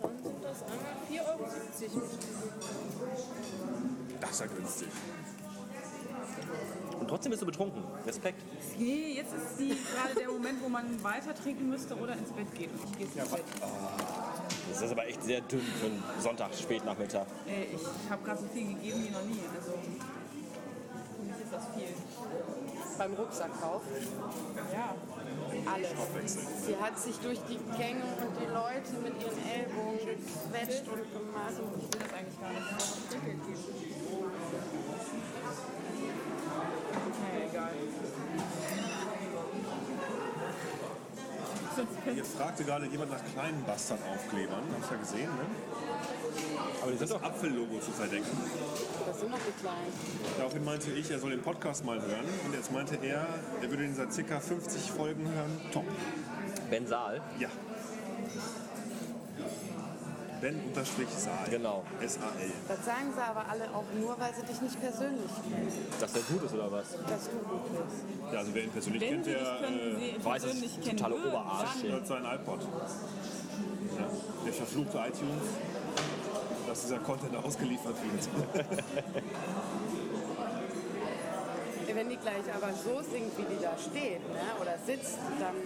Speaker 6: Dann sind das einmal 4,70 Euro.
Speaker 4: das ist ja günstig.
Speaker 1: Und trotzdem bist du betrunken. Respekt.
Speaker 5: Nee, jetzt ist die, gerade der Moment, wo man weiter trinken müsste oder ins Bett geht. Und ich gehe jetzt ins Bett.
Speaker 1: Das ist aber echt sehr dünn für einen Sonntag, Spätnachmittag.
Speaker 5: Ey, Äh, ich habe gerade so viel gegeben wie noch nie. Also für mich ist das viel.
Speaker 2: Beim Rucksackkauf.
Speaker 5: Ja.
Speaker 2: Alles. Sie hat sich durch die Gänge und die Leute mit ihren Ellbogen gequetscht und gemacht.
Speaker 5: Ich will das eigentlich gar nicht. Naja, egal. So,
Speaker 4: Hier fragte gerade jemand nach kleinen Bastard-Aufklebern. Hab's ja gesehen, ne? Aber die sind doch Apfellogo zu verdecken.
Speaker 2: Das sind noch die kleinen.
Speaker 4: Daraufhin meinte ich, er soll den Podcast mal hören. Und jetzt meinte er, er würde den seit circa 50 Folgen hören. Top.
Speaker 1: Ben Saal.
Speaker 4: Ja. Ben-Saal.
Speaker 1: Genau.
Speaker 4: S-A-L.
Speaker 2: Das sagen sie aber alle auch nur, weil sie dich nicht persönlich kennen,
Speaker 1: Dass der gut ist oder was?
Speaker 2: dass du gut bist.
Speaker 4: Ja, also wer ihn persönlich
Speaker 5: Wenn
Speaker 4: kennt,
Speaker 5: sie dich
Speaker 4: der
Speaker 5: können,
Speaker 4: äh,
Speaker 5: sie
Speaker 1: weiß, dass
Speaker 5: persönlich
Speaker 1: ich
Speaker 5: kennen
Speaker 1: totaler
Speaker 5: würden,
Speaker 1: Oberarsch
Speaker 5: dann
Speaker 1: bin.
Speaker 4: hat sein iPod. Ja. Der verfluchte iTunes, dass dieser Content ausgeliefert wird.
Speaker 2: Wenn die gleich aber so singt, wie die da steht ne, oder sitzt, dann ähm,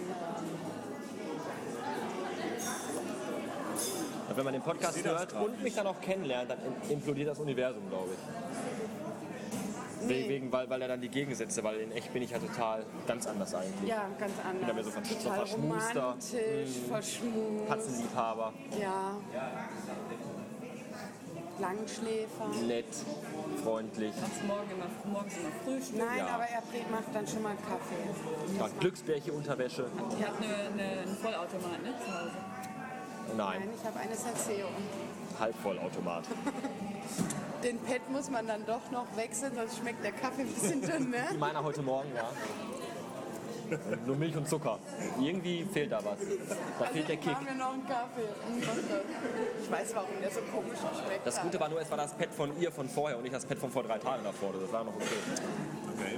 Speaker 1: Wenn man den Podcast
Speaker 4: Ich seh das
Speaker 1: hört
Speaker 4: grad
Speaker 1: und mich dann auch kennenlernt, dann im- implodiert das Universum, glaube ich. We- Wegen, weil, weil er dann die Gegensätze, weil in echt bin ich ja total ganz anders eigentlich.
Speaker 2: ja, ganz
Speaker 1: da mehr
Speaker 2: anders.
Speaker 1: so versch- so
Speaker 2: Total
Speaker 1: verschmuster.
Speaker 2: romantisch, verschmust,
Speaker 1: Katzenliebhaber,
Speaker 2: ja. Langschläfer.
Speaker 1: nett, freundlich,
Speaker 5: Machst morgen immer, morgens immer Frühstück.
Speaker 2: Nein,
Speaker 1: Ja.
Speaker 2: aber er bringt- macht dann schon mal Kaffee.
Speaker 1: ja, Glücksbärchen, Unterwäsche.
Speaker 5: Ich habe eine, eine, einen Vollautomat ne, zu Hause.
Speaker 1: Nein,
Speaker 2: Nein, ich habe eine Senseo.
Speaker 1: Halbvollautomat.
Speaker 2: Den Pad muss man dann doch noch wechseln, sonst schmeckt der Kaffee ein bisschen dünn,
Speaker 1: <laughs>
Speaker 2: ne?
Speaker 1: Meiner heute Morgen, ja. Nur Milch und Zucker. Irgendwie fehlt da was. Da fehlt der
Speaker 2: Also,
Speaker 1: Kick.
Speaker 2: machen wir noch einen Kaffee. Mm, was das? Ich weiß, warum der so komisch schmeckt.
Speaker 1: Das Gute war nur, es war das Pad von ihr von vorher und nicht das Pad von vor drei Tagen davor. Das war noch okay.
Speaker 4: Okay.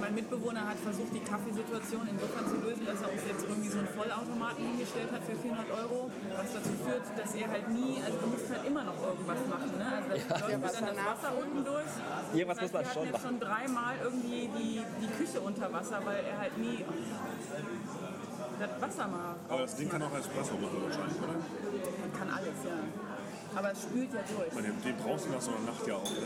Speaker 5: Mein Mitbewohner hat versucht, die Kaffeesituation insofern zu lösen, dass er uns jetzt irgendwie so einen Vollautomaten hingestellt hat für 400 Euro, was dazu führt, dass er halt nie, also du musst halt immer noch irgendwas machen. Ne? Also da läuft dann das Wasser unten durch.
Speaker 1: Irgendwas muss man
Speaker 5: das heißt, wir hatten
Speaker 1: schon
Speaker 5: jetzt schon dreimal irgendwie die, die Küche unter Wasser, weil er halt nie das Wasser mal
Speaker 4: Aber das Ding kann auch Espresso machen wahrscheinlich, oder?
Speaker 5: man kann alles, ja. Aber es spült ja durch.
Speaker 4: Man, den, den brauchst du nach so einer Nacht ja auch, ne?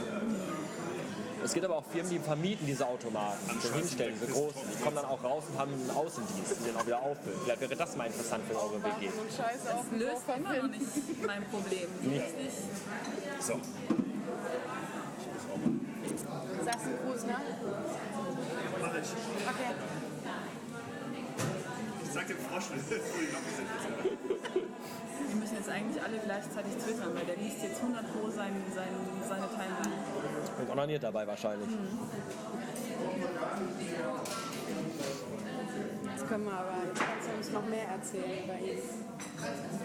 Speaker 1: Es gibt aber auch Firmen, die vermieten diese Automaten,
Speaker 4: Am
Speaker 1: die
Speaker 4: Scheiß-
Speaker 1: hinstellen, diese großen. Die kommen dann auch raus und haben einen Außendienst, die den auch wieder auffüllen. Vielleicht wäre das mal interessant für eure WG.
Speaker 2: so ein Scheiß auf
Speaker 5: Das löst immer noch nicht mein Problem. Richtig.
Speaker 4: So.
Speaker 2: Sagst du einen Gruß, ne?
Speaker 4: Mach ich.
Speaker 2: Okay.
Speaker 4: Ich sag dem Frosch, <laughs> wir sind
Speaker 5: Wir müssen jetzt eigentlich alle gleichzeitig twittern, weil der liest jetzt 100 Pro sein, sein, seine Timeline.
Speaker 1: Und onaniert dabei wahrscheinlich.
Speaker 2: Jetzt können wir aber, jetzt kannst du uns noch mehr erzählen über ihn.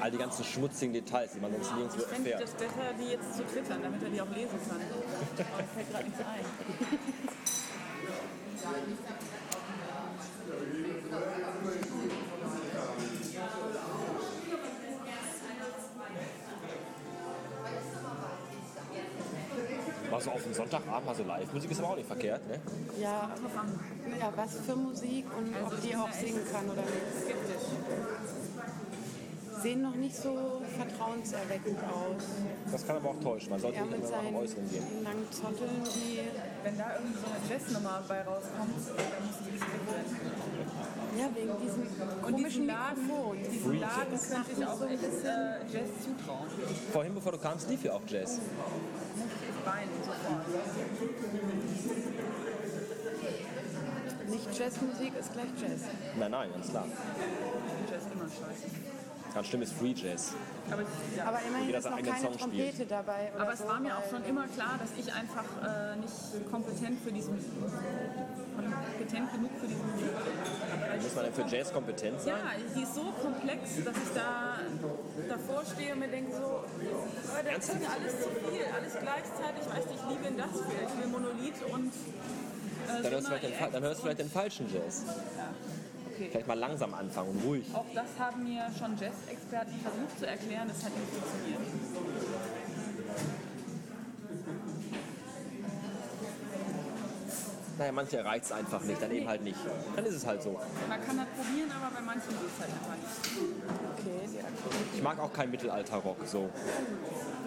Speaker 1: All die ganzen schmutzigen Details, die man sonst nirgendwo
Speaker 5: Fände ich
Speaker 1: erfährt.
Speaker 5: das besser, die jetzt zu twittern, damit er die auch lesen kann. <laughs> Aber mir fällt gerade nichts ein.
Speaker 1: War so auf dem Sonntagabend, also Live-Musik ist aber auch nicht verkehrt, ne?
Speaker 2: Ja,
Speaker 5: Drauf an.
Speaker 2: ja, was für Musik und
Speaker 5: Also
Speaker 2: ob
Speaker 5: ich
Speaker 2: die
Speaker 5: bin
Speaker 2: auch
Speaker 5: da echt
Speaker 2: singen kann oder nicht.
Speaker 5: Skeptisch.
Speaker 2: Sehen noch nicht so vertrauenserweckend aus.
Speaker 1: Das kann aber auch täuschen. Man sollte
Speaker 2: Er
Speaker 1: nicht
Speaker 2: mit
Speaker 1: immer nach dem Äußeren gehen.
Speaker 2: seinen langen Zotteln, die
Speaker 5: Wenn da irgendwie so eine Jazznummer bei rauskommt, dann muss ich skeptisch sein.
Speaker 2: Ja, wegen diesem
Speaker 5: Und
Speaker 2: komischen
Speaker 5: diesen Laden,
Speaker 2: Mikrofon.
Speaker 5: diesen Laden könnte ich auch echt äh, Jazz zutrauen.
Speaker 1: Vorhin, bevor du kamst, lief ja auch Jazz.
Speaker 5: Ich weine sofort.
Speaker 2: Nicht Jazzmusik ist gleich Jazz.
Speaker 1: Nein, nein, ganz klar.
Speaker 5: Jazz ist immer scheiße.
Speaker 1: Ganz schlimm ist Free Jazz.
Speaker 5: Aber, ich, ja.
Speaker 2: Aber immerhin
Speaker 1: Jeder
Speaker 2: ist
Speaker 1: seinen
Speaker 2: noch
Speaker 1: eigenen
Speaker 2: keine
Speaker 1: Song spielt.
Speaker 2: Trompete dabei. Oder
Speaker 5: Aber es
Speaker 2: so,
Speaker 5: war mir auch
Speaker 2: weil-
Speaker 5: schon immer klar, dass ich einfach äh, nicht kompetent für diesen kompetent genug für diesen Beruf bin.
Speaker 1: Muss man denn für Jazz kompetent sein?
Speaker 5: Ja, die ist so komplex, dass ich da davor stehe und mir denke so, aber das ist mir alles zu viel, alles gleichzeitig, weißt du, ich liebe in das viel. Ich will Monolith und äh,
Speaker 1: Dann hörst, du
Speaker 5: Summer
Speaker 1: vielleicht den,
Speaker 5: X
Speaker 1: fa- dann hörst du
Speaker 5: und-
Speaker 1: vielleicht den falschen Jazz.
Speaker 5: okay.
Speaker 1: Vielleicht mal langsam anfangen und ruhig.
Speaker 5: Auch das haben mir schon Jazz-Experten versucht zu erklären, das hat nicht funktioniert.
Speaker 1: Naja, manche reizt einfach nicht, dann eben halt nicht. Dann ist es halt so.
Speaker 5: Man kann das probieren, aber bei manchen geht es halt einfach nicht.
Speaker 2: Okay, ja.
Speaker 1: Ich mag auch keinen Mittelalter-Rock, so.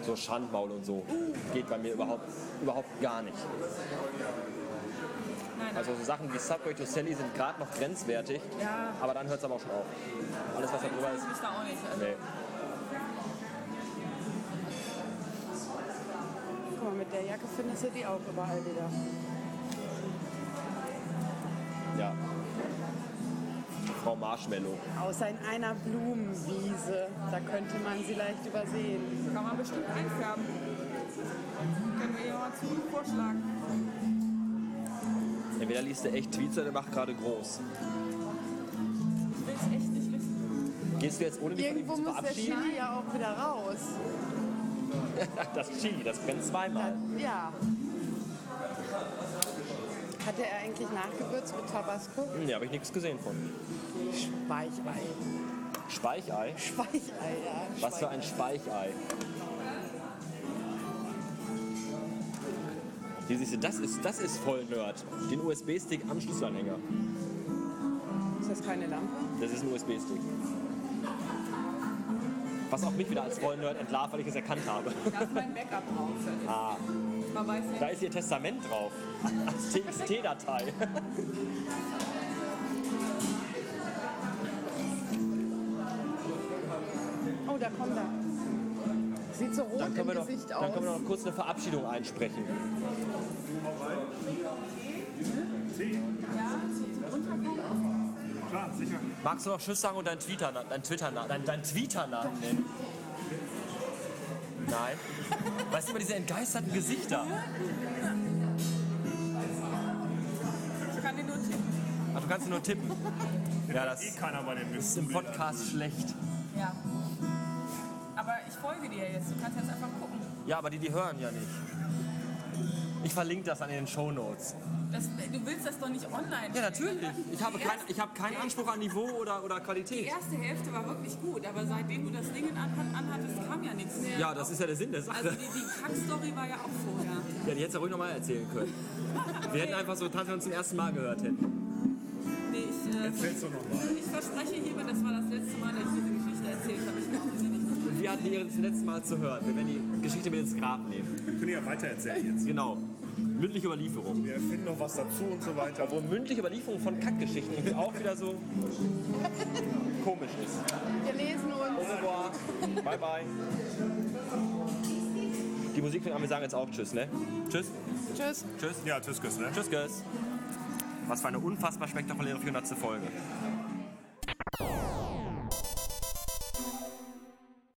Speaker 1: So Schandmaul und so. Geht bei mir überhaupt, überhaupt gar nicht.
Speaker 5: Nein,
Speaker 1: Also so Sachen wie Subway to Sally sind gerade noch grenzwertig,
Speaker 5: Ja.
Speaker 1: aber dann hört es aber auch schon auf. Alles, was da drüber ist,
Speaker 5: Ich da auch nicht. Also,
Speaker 1: nee.
Speaker 2: Guck mal, mit der Jacke findest du die auch überall wieder.
Speaker 1: Ja. Frau Marshmallow.
Speaker 2: Außer in einer Blumenwiese. Da könnte man sie leicht übersehen.
Speaker 5: Kann man bestimmt einfärben. Können wir jemanden zu vorschlagen.
Speaker 1: Entweder liest er echt Tweets oder er macht gerade groß.
Speaker 5: Ich will es echt nicht wissen.
Speaker 1: Gehst du jetzt ohne dich von
Speaker 2: Irgendwo
Speaker 1: ihm zu
Speaker 2: muss der
Speaker 1: verabschieden?
Speaker 2: Chili ja auch wieder raus.
Speaker 1: Das Chili, das brennt zweimal.
Speaker 2: Dann, ja. Hatte er eigentlich nachgewürzt mit Tabasco?
Speaker 1: Nee, habe Hm, ich nichts gesehen von.
Speaker 2: Speichei.
Speaker 1: Speichei?
Speaker 2: Speichei, ja.
Speaker 1: Was für ein Speichei. Hier siehst du, das ist, das ist voll Nerd. Den USB-Stick am Schlüsselanhänger.
Speaker 2: Ist das keine Lampe?
Speaker 1: Das ist ein USB-Stick. Was auch mich wieder als voll Nerd entlarvt, weil ich es erkannt habe.
Speaker 5: Da ist mein Backup drauf.
Speaker 1: Ah,
Speaker 5: Man weiß nicht.
Speaker 1: da ist ihr Testament drauf. Als
Speaker 5: <laughs>
Speaker 1: TXT-Datei.
Speaker 2: Oh, da kommt er. Sieht so rot
Speaker 1: Dann
Speaker 2: im
Speaker 1: können, wir noch,
Speaker 2: Gesicht
Speaker 1: dann
Speaker 2: aus.
Speaker 1: können wir noch kurz eine Verabschiedung einsprechen.
Speaker 4: Klar, sicher.
Speaker 1: Magst du noch Tschüss sagen und deinen Twitter, dein Twitter, dein, dein Twitter-Namen nennen? Nein. Weißt du immer diese entgeisterten Gesichter?
Speaker 5: Ich kann den nur tippen.
Speaker 1: Ach, du kannst nur tippen. Ja, das
Speaker 4: Eh
Speaker 1: ist
Speaker 4: keiner bei dem
Speaker 1: im Podcast schlecht.
Speaker 5: Ja. Aber ich folge dir jetzt. Du kannst jetzt einfach gucken.
Speaker 1: Ja, aber die, die hören ja nicht. Ich verlinke das an den Shownotes.
Speaker 5: Das, du willst das doch nicht online.
Speaker 1: Ja, natürlich. Ich habe, kein, ich habe keinen Anspruch an Niveau oder, oder
Speaker 5: Die
Speaker 1: Qualität.
Speaker 5: erste Hälfte war wirklich gut, aber seitdem du das Ding in Anhand anhattest, kam ja nichts mehr.
Speaker 1: Ja, das ist ja der Sinn der
Speaker 5: Also
Speaker 1: Sache.
Speaker 5: die, die Kack-Story war ja auch vorher.
Speaker 1: Ja, die hättest du ruhig nochmal erzählen <laughs> können. Wir hätten einfach so, dass wir uns zum ersten Mal gehört hätten.
Speaker 5: Nee, ich, äh,
Speaker 4: Erzählst du nochmal.
Speaker 5: ich verspreche hiermit, das war das letzte Mal, dass ich diese Geschichte erzählt habe. Ich glaube, sie nicht.
Speaker 1: Wir hatten ihr das letzte Mal zu hören. Wir werden die Geschichte mit ins Grab nehmen.
Speaker 4: Wir können ja weitererzählen jetzt.
Speaker 1: Genau. Mündliche Überlieferung.
Speaker 4: Wir erfinden noch was dazu und so weiter.
Speaker 1: Obwohl Oh, mündliche Überlieferung von Kackgeschichten irgendwie auch wieder so komisch ist.
Speaker 2: Wir lesen uns.
Speaker 1: Bye bye. Die Musik fängt an, wir sagen jetzt auch Tschüss, ne? Tschüss.
Speaker 2: Tschüss.
Speaker 1: Tschüss.
Speaker 4: Ja, tschüss, tschüss, ne?
Speaker 1: Tschüss, Guys. Was für eine unfassbar spektakuläre 400. Folge.